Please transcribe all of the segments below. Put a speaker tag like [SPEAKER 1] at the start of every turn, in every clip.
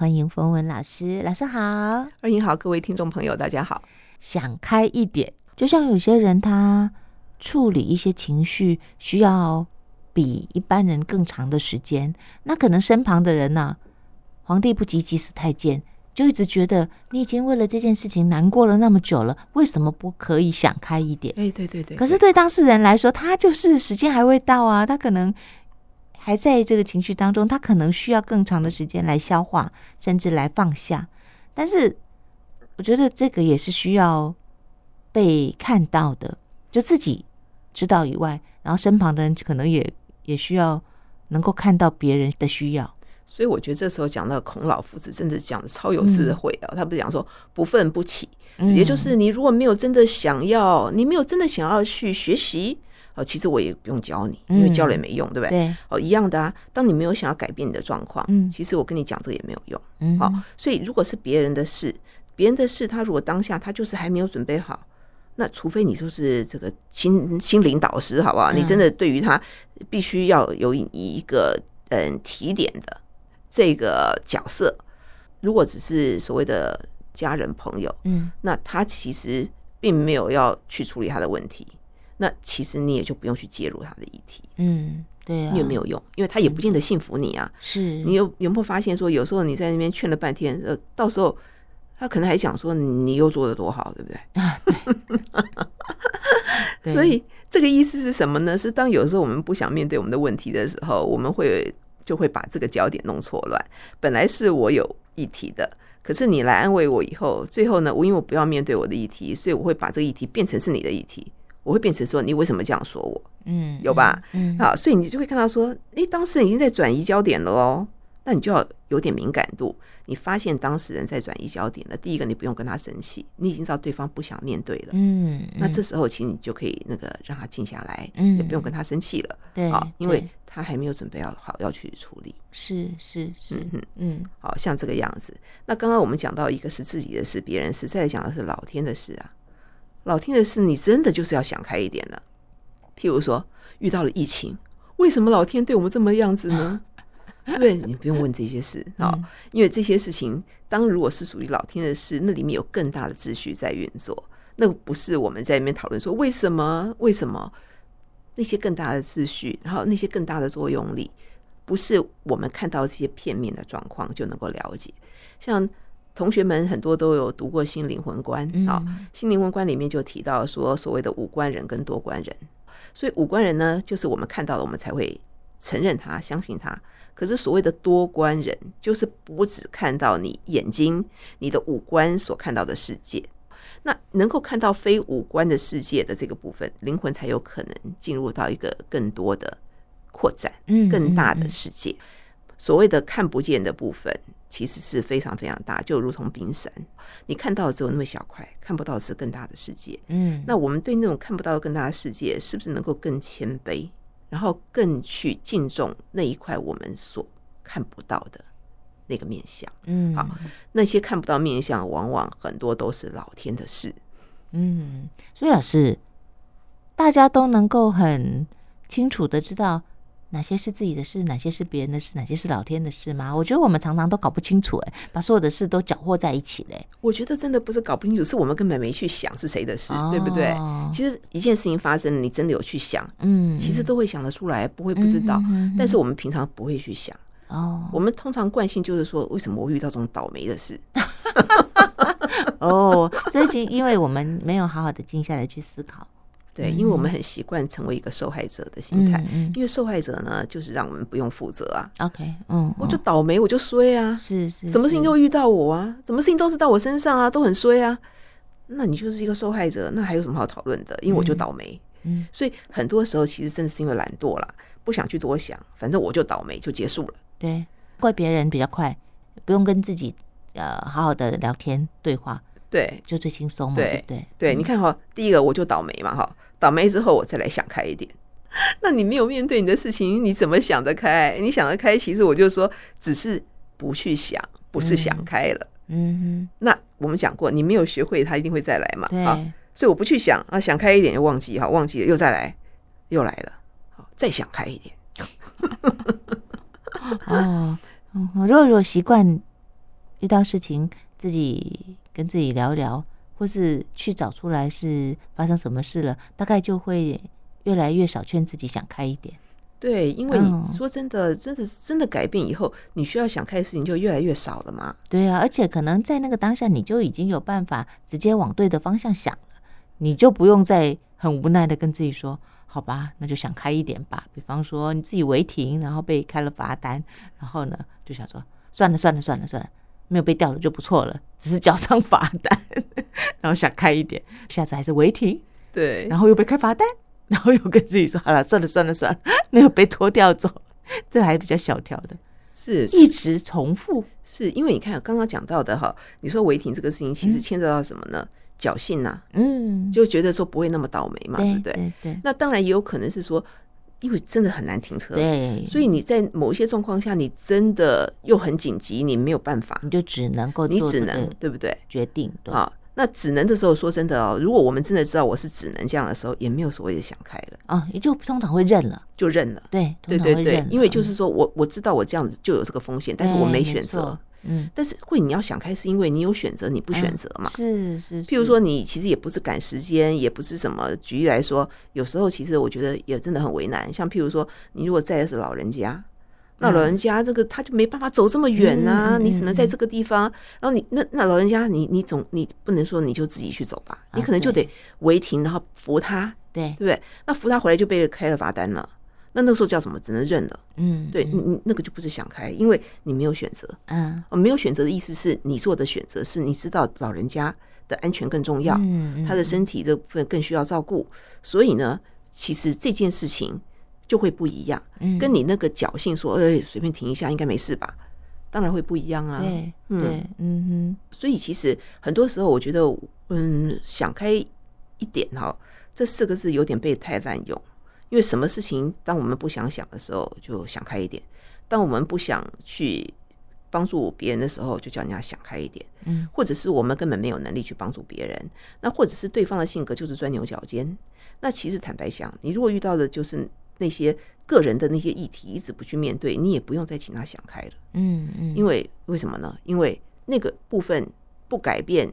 [SPEAKER 1] 欢迎冯文老师，老师好。
[SPEAKER 2] 二英好，各位听众朋友，大家好。
[SPEAKER 1] 想开一点，就像有些人他处理一些情绪需要比一般人更长的时间，那可能身旁的人呢、皇帝不急急死太监，就一直觉得你已经为了这件事情难过了那么久了，为什么不可以想开一点？
[SPEAKER 2] 哎，对对对
[SPEAKER 1] 可是对当事人来说，他就是时间还未到啊，他可能还在这个情绪当中，他可能需要更长的时间来消化，甚至来放下。但是我觉得这个也是需要被看到的，就自己知道以外，然后身旁的人可能也也需要能够看到别人的需要。
[SPEAKER 2] 所以我觉得这时候讲到孔老夫子，真的讲的超有智慧啊！他不是讲说不愤不起，
[SPEAKER 1] 嗯
[SPEAKER 2] 也就是你如果没有真的想要，你没有真的想要去学习，哦，其实我也不用教你，因为
[SPEAKER 1] 嗯
[SPEAKER 2] 教了也没用，对不对？
[SPEAKER 1] 对，
[SPEAKER 2] 哦，一样的啊。当你没有想要改变你的状况，
[SPEAKER 1] 嗯
[SPEAKER 2] 其实我跟你讲这个也没有用。
[SPEAKER 1] 嗯，
[SPEAKER 2] 好，所以如果是别人的事，别人的事，他如果当下他就是还没有准备好，那除非你就是这个心心灵导师，好不好？你真的对于他必须要有一一个嗯提点的这个角色。如果只是所谓的家人朋友，
[SPEAKER 1] 嗯
[SPEAKER 2] 那他其实并没有要去处理他的问题，那其实你也就不用去介入他的议题，
[SPEAKER 1] 嗯，对啊，
[SPEAKER 2] 因为没有用，因为他也不见得信服你啊。
[SPEAKER 1] 是
[SPEAKER 2] 你有有没有发现说，有时候你在那边劝了半天，呃，到时候他可能还想说你又做的多好，对不对？
[SPEAKER 1] 啊，对，
[SPEAKER 2] 所以这个意思是什么呢？是当有时候我们不想面对我们的问题的时候，我们会就会把这个焦点弄错乱。本来是我有议题的，可是你来安慰我以后，最后呢，我因为我不要面对我的议题，所以我会把这个议题变成是你的议题，我会变成说你为什么这样说我？
[SPEAKER 1] 嗯，
[SPEAKER 2] 有吧
[SPEAKER 1] 嗯？嗯，
[SPEAKER 2] 好，所以你就会看到说，诶，当事人已经在转移焦点了哦，那你就要有点敏感度。你发现当事人在转移焦点了，第一个你不用跟他生气，你已经知道对方不想面对了，
[SPEAKER 1] 嗯，
[SPEAKER 2] 那这时候其实你就可以那个让他静下来，
[SPEAKER 1] 嗯
[SPEAKER 2] 也不用跟他生气了
[SPEAKER 1] 对
[SPEAKER 2] 啊、因为
[SPEAKER 1] 对
[SPEAKER 2] 他还没有准备要好要去处理。
[SPEAKER 1] 是是是
[SPEAKER 2] 嗯，哼，
[SPEAKER 1] 嗯
[SPEAKER 2] 好像这个样子。那刚刚我们讲到一个是自己的事，别人的事，再来讲的是老天的事啊。老天的事，你真的就是要想开一点了。譬如说，遇到了疫情，为什么老天对我们这么样子呢？ 对不对？你不用问这些事啊、
[SPEAKER 1] 嗯
[SPEAKER 2] 因为这些事情，当如果是属于老天的事，那里面有更大的秩序在运作，那不是我们在里面讨论说为什么为什么那些更大的秩序，然后那些更大的作用力，不是我们看到这些片面的状况就能够了解。像同学们很多都有读过《新灵魂观》
[SPEAKER 1] 嗯
[SPEAKER 2] 啊、新灵魂观》里面就提到说，所谓的五官人跟多观人，所以五官人呢，就是我们看到了，我们才会承认他、相信他。可是所谓的多观人，就是不只看到你眼睛、你的五官所看到的世界，那能够看到非五官的世界的这个部分，灵魂才有可能进入到一个更多的扩展。
[SPEAKER 1] 嗯
[SPEAKER 2] 更大
[SPEAKER 1] 嗯
[SPEAKER 2] 的
[SPEAKER 1] 嗯
[SPEAKER 2] 世界。所谓的看不见的部分，其实是非常非常大，就如同冰山，你看到的只有那么一小块，看不到的是更大的世界。
[SPEAKER 1] 嗯，
[SPEAKER 2] 那我们对那种看不到的更大的世界，是不是能够更谦卑，然后更去敬重那一块我们所看不到的那个面相？
[SPEAKER 1] 嗯
[SPEAKER 2] 好那些看不到面相，往往很多都是老天的事。
[SPEAKER 1] 嗯，所以老师，大家都能够很清楚的知道哪些是自己的事，哪些是别人的事，哪些是老天的事吗？我觉得我们常常都搞不清楚、哎，把所有的事都搅和在一起嘞、
[SPEAKER 2] 我觉得真的不是搞不清楚，是我们根本没去想是谁的事，对不对？
[SPEAKER 1] 哦
[SPEAKER 2] 其实一件事情发生了，你真的有去想，
[SPEAKER 1] 嗯，
[SPEAKER 2] 其实都会想得出来，不会不知道
[SPEAKER 1] 嗯。哼哼哼
[SPEAKER 2] 但是我们平常不会去想，
[SPEAKER 1] 哦
[SPEAKER 2] 我们通常惯性就是说，为什么我遇到这种倒霉的事？
[SPEAKER 1] 哦，所以其实因为我们没有好好的静下来去思考，
[SPEAKER 2] 对，因为我们很习惯成为一个受害者的心
[SPEAKER 1] 嗯
[SPEAKER 2] 态，
[SPEAKER 1] 嗯
[SPEAKER 2] 因为受害者呢，就是让我们不用负责啊，
[SPEAKER 1] ，OK，嗯，
[SPEAKER 2] 我就
[SPEAKER 1] 嗯
[SPEAKER 2] 倒霉，我就衰啊，
[SPEAKER 1] 是是
[SPEAKER 2] 什么事情
[SPEAKER 1] 是
[SPEAKER 2] 都会遇到我啊，什么事情都是到我身上啊，都很衰啊。那你就是一个受害者，那还有什么好讨论的？因为我就倒霉，
[SPEAKER 1] 嗯
[SPEAKER 2] 所以很多时候其实真的是因为懒惰啦，不想去多想，反正我就倒霉就结束了。
[SPEAKER 1] 对，怪别人比较快，不用跟自己呃好好的聊天对话，
[SPEAKER 2] 对，
[SPEAKER 1] 就最轻松嘛，
[SPEAKER 2] 对
[SPEAKER 1] 对不对？
[SPEAKER 2] 对，你看哈、第一个我就倒霉嘛哈，倒霉之后我再来想开一点。 那你没有面对你的事情，你怎么想得开？你想得开，其实我就说，只是不去想，不是想开了。
[SPEAKER 1] 嗯
[SPEAKER 2] 那我们讲过，你没有学会，它一定会再来嘛
[SPEAKER 1] 哼，。对，
[SPEAKER 2] 啊，所以我不去想啊，想开一点就忘记哈，忘记了又再来，又来了，好，再想开一点。
[SPEAKER 1] 哦，嗯如果有习惯遇到事情自己跟自己聊一聊，或是去找出来是发生什么事了，大概就会越来越少劝自己想开一点。
[SPEAKER 2] 对，因为你
[SPEAKER 1] 嗯
[SPEAKER 2] 说真的，真的真的改变以后，你需要想开的事情就越来越少了嘛。
[SPEAKER 1] 对啊，而且可能在那个当下，你就已经有办法直接往对的方向想了，你就不用再很无奈的跟自己说：“好吧，那就想开一点吧。”比方说你自己违停，然后被开了罚单，然后呢就想说：“算了算了算了算了，没有被调了就不错了，只是交上罚单。”然后想开一点，下次还是违停，
[SPEAKER 2] 对，
[SPEAKER 1] 然后又被开罚单，然后又跟自己说：“好了，算了算了算了，没有被拖掉走。”这还比较小条的，
[SPEAKER 2] 是
[SPEAKER 1] 一直重复。
[SPEAKER 2] 是因为你看刚刚讲到的哈，你说违停这个事情，其实牵扯到什么呢？侥幸呐、
[SPEAKER 1] 嗯，
[SPEAKER 2] 就觉得说不会那么倒霉嘛，对不
[SPEAKER 1] 对
[SPEAKER 2] 对？
[SPEAKER 1] 对对
[SPEAKER 2] 那当然也有可能是说，因为真的很难停车，
[SPEAKER 1] 对，
[SPEAKER 2] 所以你在某一些状况下，你真的又很紧急，你没有办法，
[SPEAKER 1] 你就只能够
[SPEAKER 2] 你
[SPEAKER 1] 做
[SPEAKER 2] 只
[SPEAKER 1] 这
[SPEAKER 2] 能
[SPEAKER 1] 个
[SPEAKER 2] 嗯对不对？
[SPEAKER 1] 决定，对，
[SPEAKER 2] 啊，那只能的时候，说真的哦，如果我们真的知道我是只能这样的时候，也没有所谓的想开了，
[SPEAKER 1] 啊，也就通常会认了，
[SPEAKER 2] 就认了。
[SPEAKER 1] 对，
[SPEAKER 2] 对
[SPEAKER 1] 通常
[SPEAKER 2] 对
[SPEAKER 1] 会
[SPEAKER 2] 对
[SPEAKER 1] 认，了，
[SPEAKER 2] 因为就
[SPEAKER 1] 嗯
[SPEAKER 2] 是说我我知道我这样子就有这个风险，但是
[SPEAKER 1] 对
[SPEAKER 2] 我没
[SPEAKER 1] 没
[SPEAKER 2] 选择
[SPEAKER 1] 错。嗯，
[SPEAKER 2] 但是会你要想开，是因为你有选择，你不选择嘛？
[SPEAKER 1] 是是，
[SPEAKER 2] 譬如
[SPEAKER 1] 是
[SPEAKER 2] 说，你其实也不是赶时间，也不是什么。举例来说，有时候其实我觉得也真的很为难。像譬如说，你如果载的是老人家，那老人家这个他就没办法走这么远
[SPEAKER 1] 嗯嗯
[SPEAKER 2] 呐、
[SPEAKER 1] 嗯嗯
[SPEAKER 2] 你只能在这个地方。然后你那那老人家你，你总你不能说你就自己去走吧，
[SPEAKER 1] 啊
[SPEAKER 2] 你可能就得违停，然后扶他，
[SPEAKER 1] 对
[SPEAKER 2] 对，不对？那扶他回来就被开了罚单了。那那个时候叫什么？只能认了。
[SPEAKER 1] 嗯，
[SPEAKER 2] 对
[SPEAKER 1] 嗯
[SPEAKER 2] 你，你那个就不是想开，因为你没有选择。
[SPEAKER 1] 嗯
[SPEAKER 2] 呃，没有选择的意思是你做的选择是你知道老人家的安全更重要，
[SPEAKER 1] 嗯，
[SPEAKER 2] 他
[SPEAKER 1] 嗯
[SPEAKER 2] 的身体这部分更需要照顾，所以呢，其实这件事情就会不一样，
[SPEAKER 1] 嗯
[SPEAKER 2] 跟你那个侥幸说，哎，随便停一下应该没事吧，当然会不一样啊。
[SPEAKER 1] 对
[SPEAKER 2] 嗯
[SPEAKER 1] 对，嗯
[SPEAKER 2] 所以其实很多时候我觉得，嗯，想开一点哈，这四个字有点被太滥用，因为什么事情当我们不想想的时候，就想开一点；当我们不想去帮助别人的时候，就叫人家想开一点。
[SPEAKER 1] 哼，嗯
[SPEAKER 2] 或者是我们根本没有能力去帮助别人，那或者是对方的性格就是钻牛角尖。那其实坦白讲，你如果遇到的就是那些个人的那些议题，一直不去面对，你也不用再请他想开了，
[SPEAKER 1] 嗯嗯，
[SPEAKER 2] 因为为什么呢？因为那个部分不改变，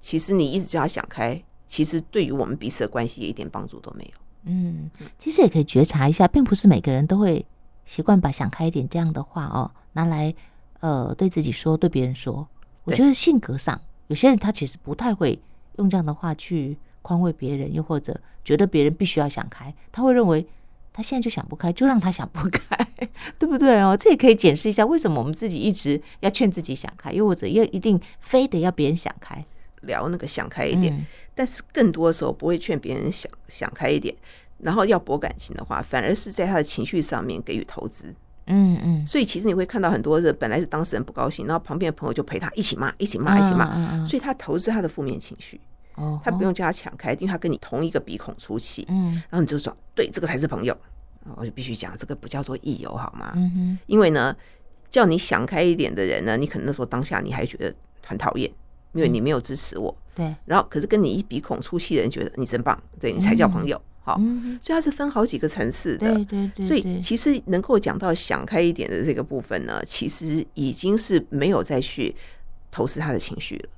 [SPEAKER 2] 其实你一直叫他想开，其实对于我们彼此的关系也一点帮助都没有。
[SPEAKER 1] 嗯，其实也可以觉察一下，并不是每个人都会习惯把想开一点这样的话哦拿来呃对自己说，对别人说。我
[SPEAKER 2] 对
[SPEAKER 1] 觉得性格上，有些人他其实不太会用这样的话去宽慰别人，又或者觉得别人必须要想开，他会认为他现在就想不开， 就让他想不开，对不对哦？这也可以检视一下，为什么我们自己一直要劝自己想开，又或者要一定非得要别人想开
[SPEAKER 2] 聊那个想开一点，
[SPEAKER 1] 嗯
[SPEAKER 2] 但是更多的时候不会劝别人想想开一点，然后要博感情的话，反而是在他的情绪上面给予投资。
[SPEAKER 1] 嗯嗯，
[SPEAKER 2] 所以其实你会看到很多的本来是当事人不高兴，然后旁边的朋友就陪他一起骂，一起骂，一起骂，
[SPEAKER 1] 嗯，
[SPEAKER 2] 所以他投资他的负面情绪，
[SPEAKER 1] 哦，
[SPEAKER 2] 他不用叫他抢开，因为他跟你同一个鼻孔出气，
[SPEAKER 1] 嗯
[SPEAKER 2] 然后你就说对，这个才是朋友，然后我就必须讲这个不叫做益友好吗？
[SPEAKER 1] 嗯哼
[SPEAKER 2] 因为呢，叫你想开一点的人呢，你可能那时候当下你还觉得很讨厌，因为你没有支持我，
[SPEAKER 1] 对，
[SPEAKER 2] 然后可是跟你一鼻孔出气的人觉得你真棒，对你才叫朋友，好，
[SPEAKER 1] 嗯哼。
[SPEAKER 2] 所以他是分好几个层次的，
[SPEAKER 1] 对对对，
[SPEAKER 2] 所以
[SPEAKER 1] 对
[SPEAKER 2] 其实能够讲到想开一点的这个部分呢，其实已经是没有再去投资他的情绪了。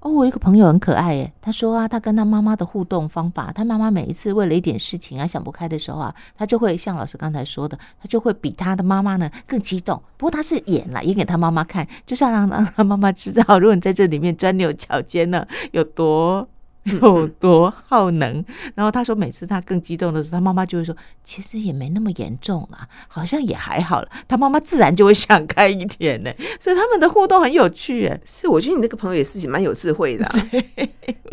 [SPEAKER 1] 哦，我有一个朋友很可爱耶，他说啊，他跟他妈妈的互动方法，他妈妈每一次为了一点事情啊想不开的时候啊，他就会像老师刚才说的，他就会比他的妈妈呢更激动。不过他是演啦，演给他妈妈看，就是要让让他妈妈知道，如果你在这里面钻牛角尖呢，有 多。有多耗能？然后他说，每次他更激动的时候，他妈妈就会说：“其实也没那么严重啦，好像也还好了。”他妈妈自然就会想开一点呢，所以他们的互动很有趣耶。
[SPEAKER 2] 是，我觉得你那个朋友也是蛮有智慧的啊、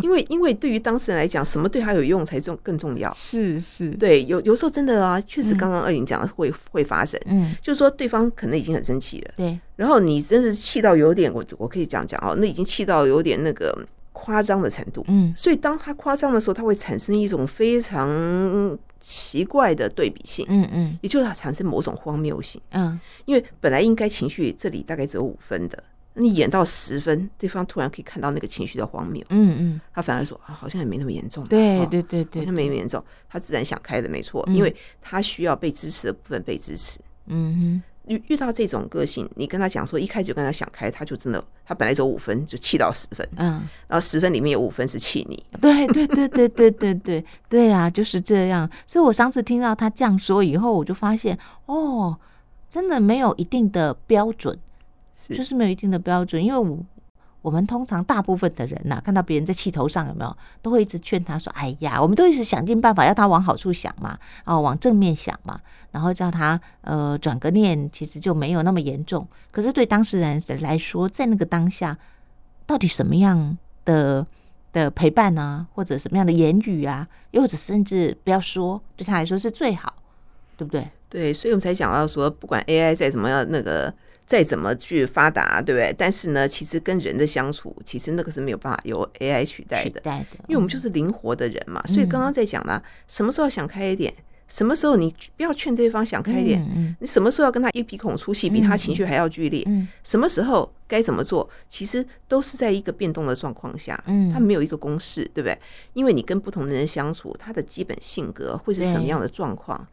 [SPEAKER 2] 因为因为对于当事人来讲，什么对他有用才重更重要。
[SPEAKER 1] 是是，
[SPEAKER 2] 对，有有时候真的啊，确实
[SPEAKER 1] 嗯
[SPEAKER 2] 刚刚二颖讲的会、会发生，
[SPEAKER 1] 嗯，
[SPEAKER 2] 就是说对方可能已经很生气了，
[SPEAKER 1] 对，
[SPEAKER 2] 然后你真是气到有点，我我可以讲讲哦，那已经气到有点那个夸张的程度，
[SPEAKER 1] 嗯
[SPEAKER 2] 所以当他夸张的时候，他会产生一种非常奇怪的对比性，
[SPEAKER 1] 嗯嗯
[SPEAKER 2] 也就是产生某种荒谬性。
[SPEAKER 1] 嗯，
[SPEAKER 2] 因为本来应该情绪这里大概只有五分的，你演到十分，对方突然可以看到那个情绪的荒谬，
[SPEAKER 1] 嗯嗯，
[SPEAKER 2] 他反而说啊，好像也没那么严重吧，
[SPEAKER 1] 对
[SPEAKER 2] 哦
[SPEAKER 1] 对对对
[SPEAKER 2] 好像，没那么严重，他自然想开了，没错，
[SPEAKER 1] 嗯
[SPEAKER 2] 因为他需要被支持的部分被支持。
[SPEAKER 1] 嗯哼，
[SPEAKER 2] 遇遇到这种个性，你跟他讲说，一开始就跟他想开，他就真的，他本来只有五分，就气到十分，
[SPEAKER 1] 嗯，
[SPEAKER 2] 然后十分里面有五分是气你，
[SPEAKER 1] 对对对对对对对对啊，就是这样。所以我上次听到他这样说以后，我就发现哦，真的没有一定的标准，
[SPEAKER 2] 是
[SPEAKER 1] 就是没有一定的标准，因为我我们通常大部分的人呐、看到别人在气头上有没有，都会一直劝他说：“哎呀，我们都一直想尽办法要他往好处想嘛，啊、往正面想嘛，然后叫他呃转个念，其实就没有那么严重。可是对当事人来说，在那个当下，到底什么样的的陪伴啊，或者什么样的言语啊，又或者甚至不要说，对他来说是最好，对不对？
[SPEAKER 2] 对，所以我们才讲到说，不管 AI 再怎么样那个，再怎么去发达，对不对？但是呢，其实跟人的相处，其实那个是没有办法由 AI 取代
[SPEAKER 1] 取
[SPEAKER 2] 的，
[SPEAKER 1] 代的，
[SPEAKER 2] 因为我们就是灵活的人嘛。所以刚
[SPEAKER 1] 嗯
[SPEAKER 2] 刚在讲啦，什么时候想开一点，什么时候你不要劝对方想开一点，
[SPEAKER 1] 嗯
[SPEAKER 2] 你什么时候要跟他一鼻孔出气，比他情绪还要剧烈，
[SPEAKER 1] 嗯
[SPEAKER 2] 什么时候该怎么做，其实都是在一个变动的状况下，
[SPEAKER 1] 嗯
[SPEAKER 2] 它没有一个公式，对不对？因为你跟不同的人相处，他的基本性格会是什么样的状况，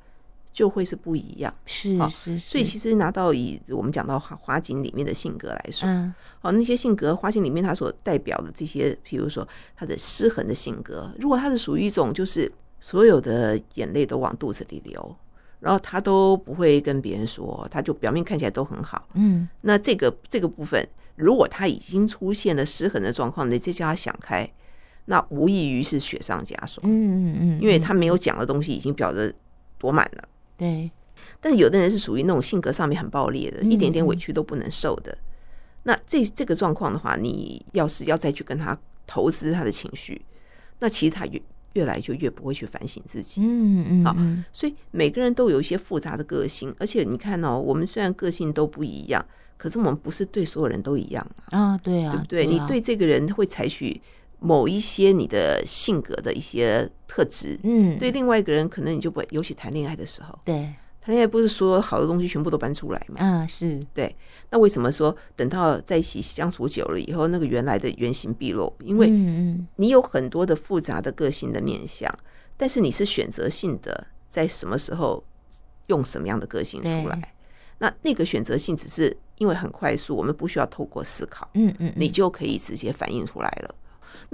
[SPEAKER 2] 就会是不一样。
[SPEAKER 1] 是
[SPEAKER 2] 好
[SPEAKER 1] 是，
[SPEAKER 2] 所以
[SPEAKER 1] 是
[SPEAKER 2] 其实拿到以我们讲到花花锦里面的性格来说，
[SPEAKER 1] 嗯
[SPEAKER 2] 哦，那些性格花心里面它所代表的这些，比如说它的失衡的性格，如果它是属于一种就是所有的眼泪都往肚子里流，然后他都不会跟别人说，他就表面看起来都很好。
[SPEAKER 1] 嗯
[SPEAKER 2] 那这个这个部分，如果他已经出现了失衡的状况，你再叫他想开，那无异于是雪上加
[SPEAKER 1] 嗯
[SPEAKER 2] 霜，
[SPEAKER 1] 嗯嗯，
[SPEAKER 2] 因为
[SPEAKER 1] 嗯
[SPEAKER 2] 他没有讲的东西已经表得多满了。
[SPEAKER 1] 对
[SPEAKER 2] 但有的人是属于那种性格上面很暴烈的，
[SPEAKER 1] 嗯
[SPEAKER 2] 一点点委屈都不能受的。那这这个状况的话，你要是要再去跟他投资他的情绪，那其实他越越来就越不会去反省自己。
[SPEAKER 1] 嗯嗯
[SPEAKER 2] 好
[SPEAKER 1] 嗯
[SPEAKER 2] 所以每个人都有一些复杂的个性，而且你看哦，我们虽然个性都不一样，可是我们不是对所有人都一样啊，
[SPEAKER 1] 啊，对啊，
[SPEAKER 2] 对不对？
[SPEAKER 1] 啊
[SPEAKER 2] 你对这个人会采取某一些你的性格的一些特质，
[SPEAKER 1] 嗯
[SPEAKER 2] 对另外一个人可能你就不会，尤其谈恋爱的时候，
[SPEAKER 1] 对
[SPEAKER 2] 谈恋爱不是所有好的东西全部都搬出来嘛？
[SPEAKER 1] 啊是
[SPEAKER 2] 那为什么说等到在一起相处久了以后，那个原来的原形毕露？因为
[SPEAKER 1] 嗯嗯
[SPEAKER 2] 你有很多的复杂的个性的面相，但是你是选择性的，在什么时候用什么样的个性出
[SPEAKER 1] 对
[SPEAKER 2] 来？那那个选择性只是因为很快速，我们不需要透过思考，
[SPEAKER 1] 嗯嗯
[SPEAKER 2] 你就可以直接反映出来了。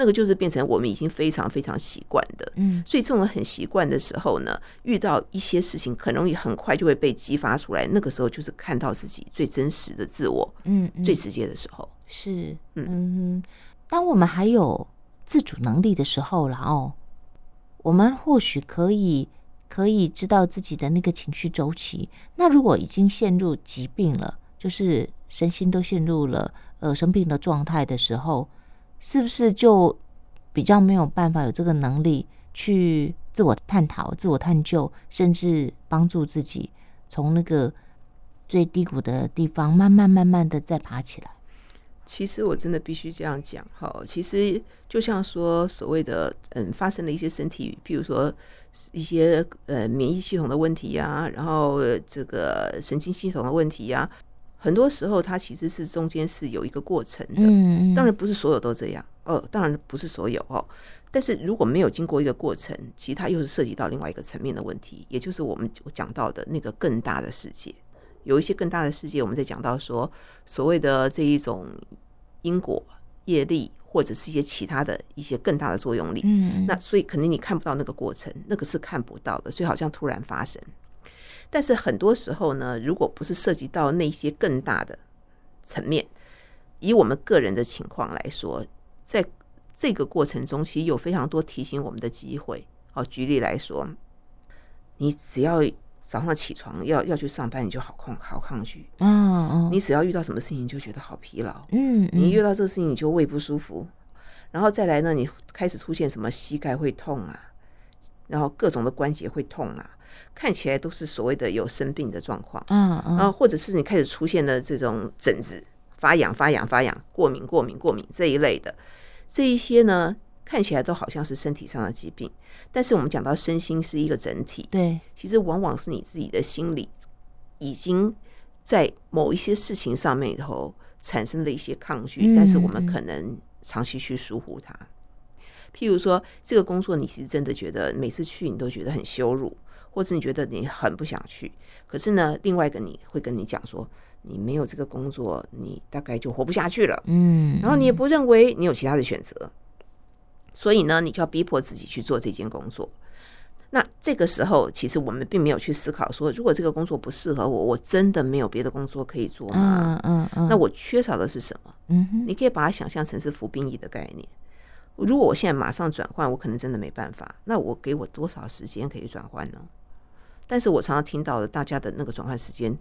[SPEAKER 2] 那个就是变成我们已经非常非常习惯的。
[SPEAKER 1] 嗯
[SPEAKER 2] 所以这种很习惯的时候呢，遇到一些事情，很容易很快就会被激发出来。那个时候就是看到自己最真实的自我，
[SPEAKER 1] 嗯嗯
[SPEAKER 2] 最直接的时候。
[SPEAKER 1] 是
[SPEAKER 2] 嗯
[SPEAKER 1] 嗯，当我们还有自主能力的时候了哦，我们或许可以可以知道自己的那个情绪周期。那如果已经陷入疾病了，就是身心都陷入了呃生病的状态的时候，是不是就比较没有办法有这个能力去自我探讨、自我探究，甚至帮助自己从那个最低谷的地方慢慢慢慢的再爬起来？
[SPEAKER 2] 其实我真的必须这样讲哈，其实就像说所谓的嗯，发生了一些身体，譬如说一些呃免疫系统的问题呀、然后呃这个神经系统的问题呀、很多时候它其实是中间是有一个过程的。
[SPEAKER 1] 嗯，嗯
[SPEAKER 2] 当然不是所有都这样哦，当然不是所有哦。但是如果没有经过一个过程，其实它又是涉及到另外一个层面的问题，也就是我们讲到的那个更大的世界。有一些更大的世界，我们在讲到说所谓的这一种因果、业力，或者是一些其他的一些更大的作用力。
[SPEAKER 1] 嗯，
[SPEAKER 2] 那所以可能你看不到那个过程，那个是看不到的，所以好像突然发生。但是很多时候呢，如果不是涉及到那些更大的层面，以我们个人的情况来说，在这个过程中，其实有非常多提醒我们的机会。好，举例来说，你只要早上起床要要去上班，你就好抗好抗拒；
[SPEAKER 1] 嗯嗯，
[SPEAKER 2] 你只要遇到什么事情，你就觉得好疲劳。
[SPEAKER 1] 嗯
[SPEAKER 2] 你
[SPEAKER 1] 嗯
[SPEAKER 2] 遇到这个事情你就胃不舒服，然后再来呢，你开始出现什么膝盖会痛啊，然后各种的关节会痛啊，看起来都是所谓的有生病的状况，
[SPEAKER 1] 嗯
[SPEAKER 2] 然
[SPEAKER 1] 嗯
[SPEAKER 2] 后或者是你开始出现了这种疹子发痒、发痒、发痒、过敏、过敏、过敏这一类的，这一些呢看起来都好像是身体上的疾病，但是我们讲到身心是一个整体，
[SPEAKER 1] 对，
[SPEAKER 2] 其实往往是你自己的心理已经在某一些事情上面以后产生了一些抗拒，
[SPEAKER 1] 嗯
[SPEAKER 2] 但是我们可能长期去疏忽它。譬如说，这个工作你是真的觉得每次去你都觉得很羞辱，或者你觉得你很不想去，可是呢，另外一个你会跟你讲说，你没有这个工作，你大概就活不下去了。
[SPEAKER 1] 嗯，
[SPEAKER 2] 然后你也不认为你有其他的选择，所以呢，你就要逼迫自己去做这件工作。那这个时候，其实我们并没有去思考说，如果这个工作不适合我，我真的没有别的工作可以做吗？
[SPEAKER 1] 嗯嗯嗯，
[SPEAKER 2] 那我缺少的是什么？
[SPEAKER 1] 嗯哼
[SPEAKER 2] 你可以把它想象成是服兵役的概念。如果我现在马上转换，我可能真的没办法。那我给我多少时间可以转换呢？但是我常常听到的，大家的那个转换时间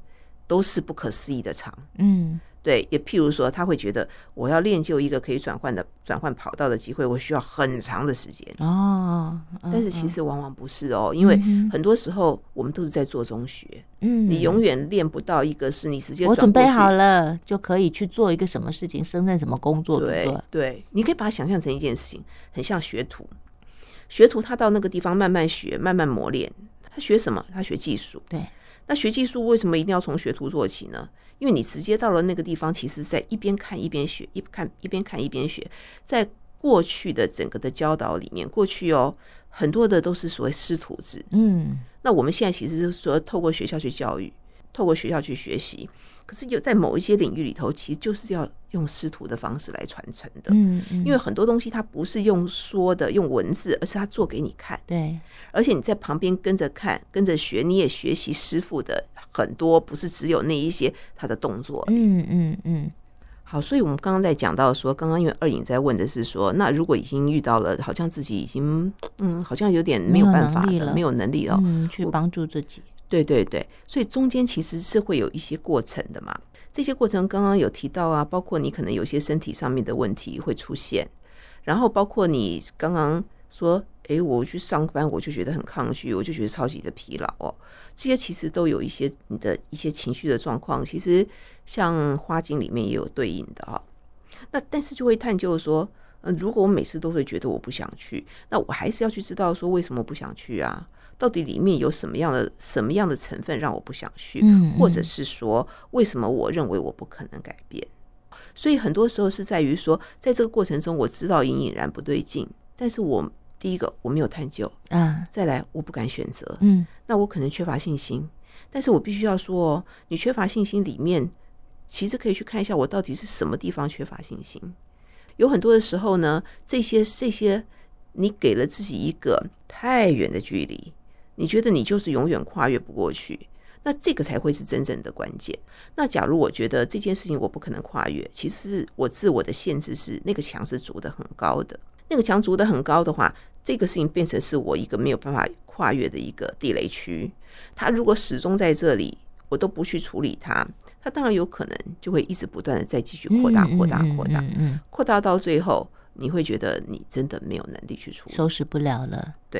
[SPEAKER 2] 都是不可思议的长。
[SPEAKER 1] 嗯
[SPEAKER 2] 对，也譬如说，他会觉得我要练就一个可以转换的转换跑道的机会，我需要很长的时间。
[SPEAKER 1] 哦，嗯
[SPEAKER 2] 但是其实往往不是哦，因为很多时候我们都是在做中学，
[SPEAKER 1] 嗯，
[SPEAKER 2] 你永远练不到一个是你直接
[SPEAKER 1] 我
[SPEAKER 2] 转
[SPEAKER 1] 准备
[SPEAKER 2] 过去
[SPEAKER 1] 好了就可以去做一个什么事情，胜任什么工作，对不
[SPEAKER 2] 对
[SPEAKER 1] 对？
[SPEAKER 2] 对，你可以把它想象成一件事情，很像学徒。学徒他到那个地方慢慢学，慢慢磨练。他学什么？他学技术。
[SPEAKER 1] 对，
[SPEAKER 2] 那学技术为什么一定要从学徒做起呢？因为你直接到了那个地方，其实在一边看一边学，一看一边看一边学。在过去的整个的教导里面，过去哦，很多的都是所谓师徒制。
[SPEAKER 1] 嗯
[SPEAKER 2] 那我们现在其实是说，透过学校去教育，透过学校去学习。可是有在某一些领域里头，其实就是要用师徒的方式来传承的。
[SPEAKER 1] 嗯嗯，
[SPEAKER 2] 因为很多东西它不是用说的、用文字，而是他做给你看，
[SPEAKER 1] 对，
[SPEAKER 2] 而且你在旁边跟着看、跟着学，你也学习师傅的很多，不是只有那一些他的动作。
[SPEAKER 1] 嗯嗯嗯
[SPEAKER 2] 好，所以我们刚刚在讲到说，刚刚因为二颖在问的是说，那如果已经遇到了，好像自己已经嗯，好像有点没有
[SPEAKER 1] 没有
[SPEAKER 2] 办法
[SPEAKER 1] 能力
[SPEAKER 2] 了，
[SPEAKER 1] 了
[SPEAKER 2] 没有能力哦，
[SPEAKER 1] 嗯，去帮助自己，
[SPEAKER 2] 对对对，所以中间其实是会有一些过程的嘛。这些过程刚刚有提到啊，包括你可能有些身体上面的问题会出现，然后包括你刚刚说，诶，我去上班我就觉得很抗拒，我就觉得超级的疲劳哦。这些其实都有一些你的一些情绪的状况，其实像花精里面也有对应的哈、那但是就会探究说，嗯，如果我每次都会觉得我不想去，那我还是要去知道说为什么不想去啊？到底里面有什么样的什么样的成分让我不想去？
[SPEAKER 1] 嗯
[SPEAKER 2] 或者是说，为什么我认为我不可能改变？所以很多时候是在于说，在这个过程中，我知道隐隐然不对劲，但是我第一个我没有探究，
[SPEAKER 1] 啊，
[SPEAKER 2] 再来我不敢选择，
[SPEAKER 1] 嗯
[SPEAKER 2] 那我可能缺乏信心。但是我必须要说哦，你缺乏信心里面，其实可以去看一下我到底是什么地方缺乏信心。有很多的时候呢，这些这些，你给了自己一个太远的距离，你觉得你就是永远跨越不过去，那这个才会是真正的关键。那假如我觉得这件事情我不可能跨越，其实我自我的限制是那个墙是筑得很高的，那个墙筑得很高的话，这个事情变成是我一个没有办法跨越的一个地雷区。它如果始终在这里，我都不去处理它，它当然有可能就会一直不断的再继续扩大、扩大、扩大。
[SPEAKER 1] 嗯嗯，
[SPEAKER 2] 扩大到最后，你会觉得你真的没有能力去处理。
[SPEAKER 1] 收拾不了了，
[SPEAKER 2] 对，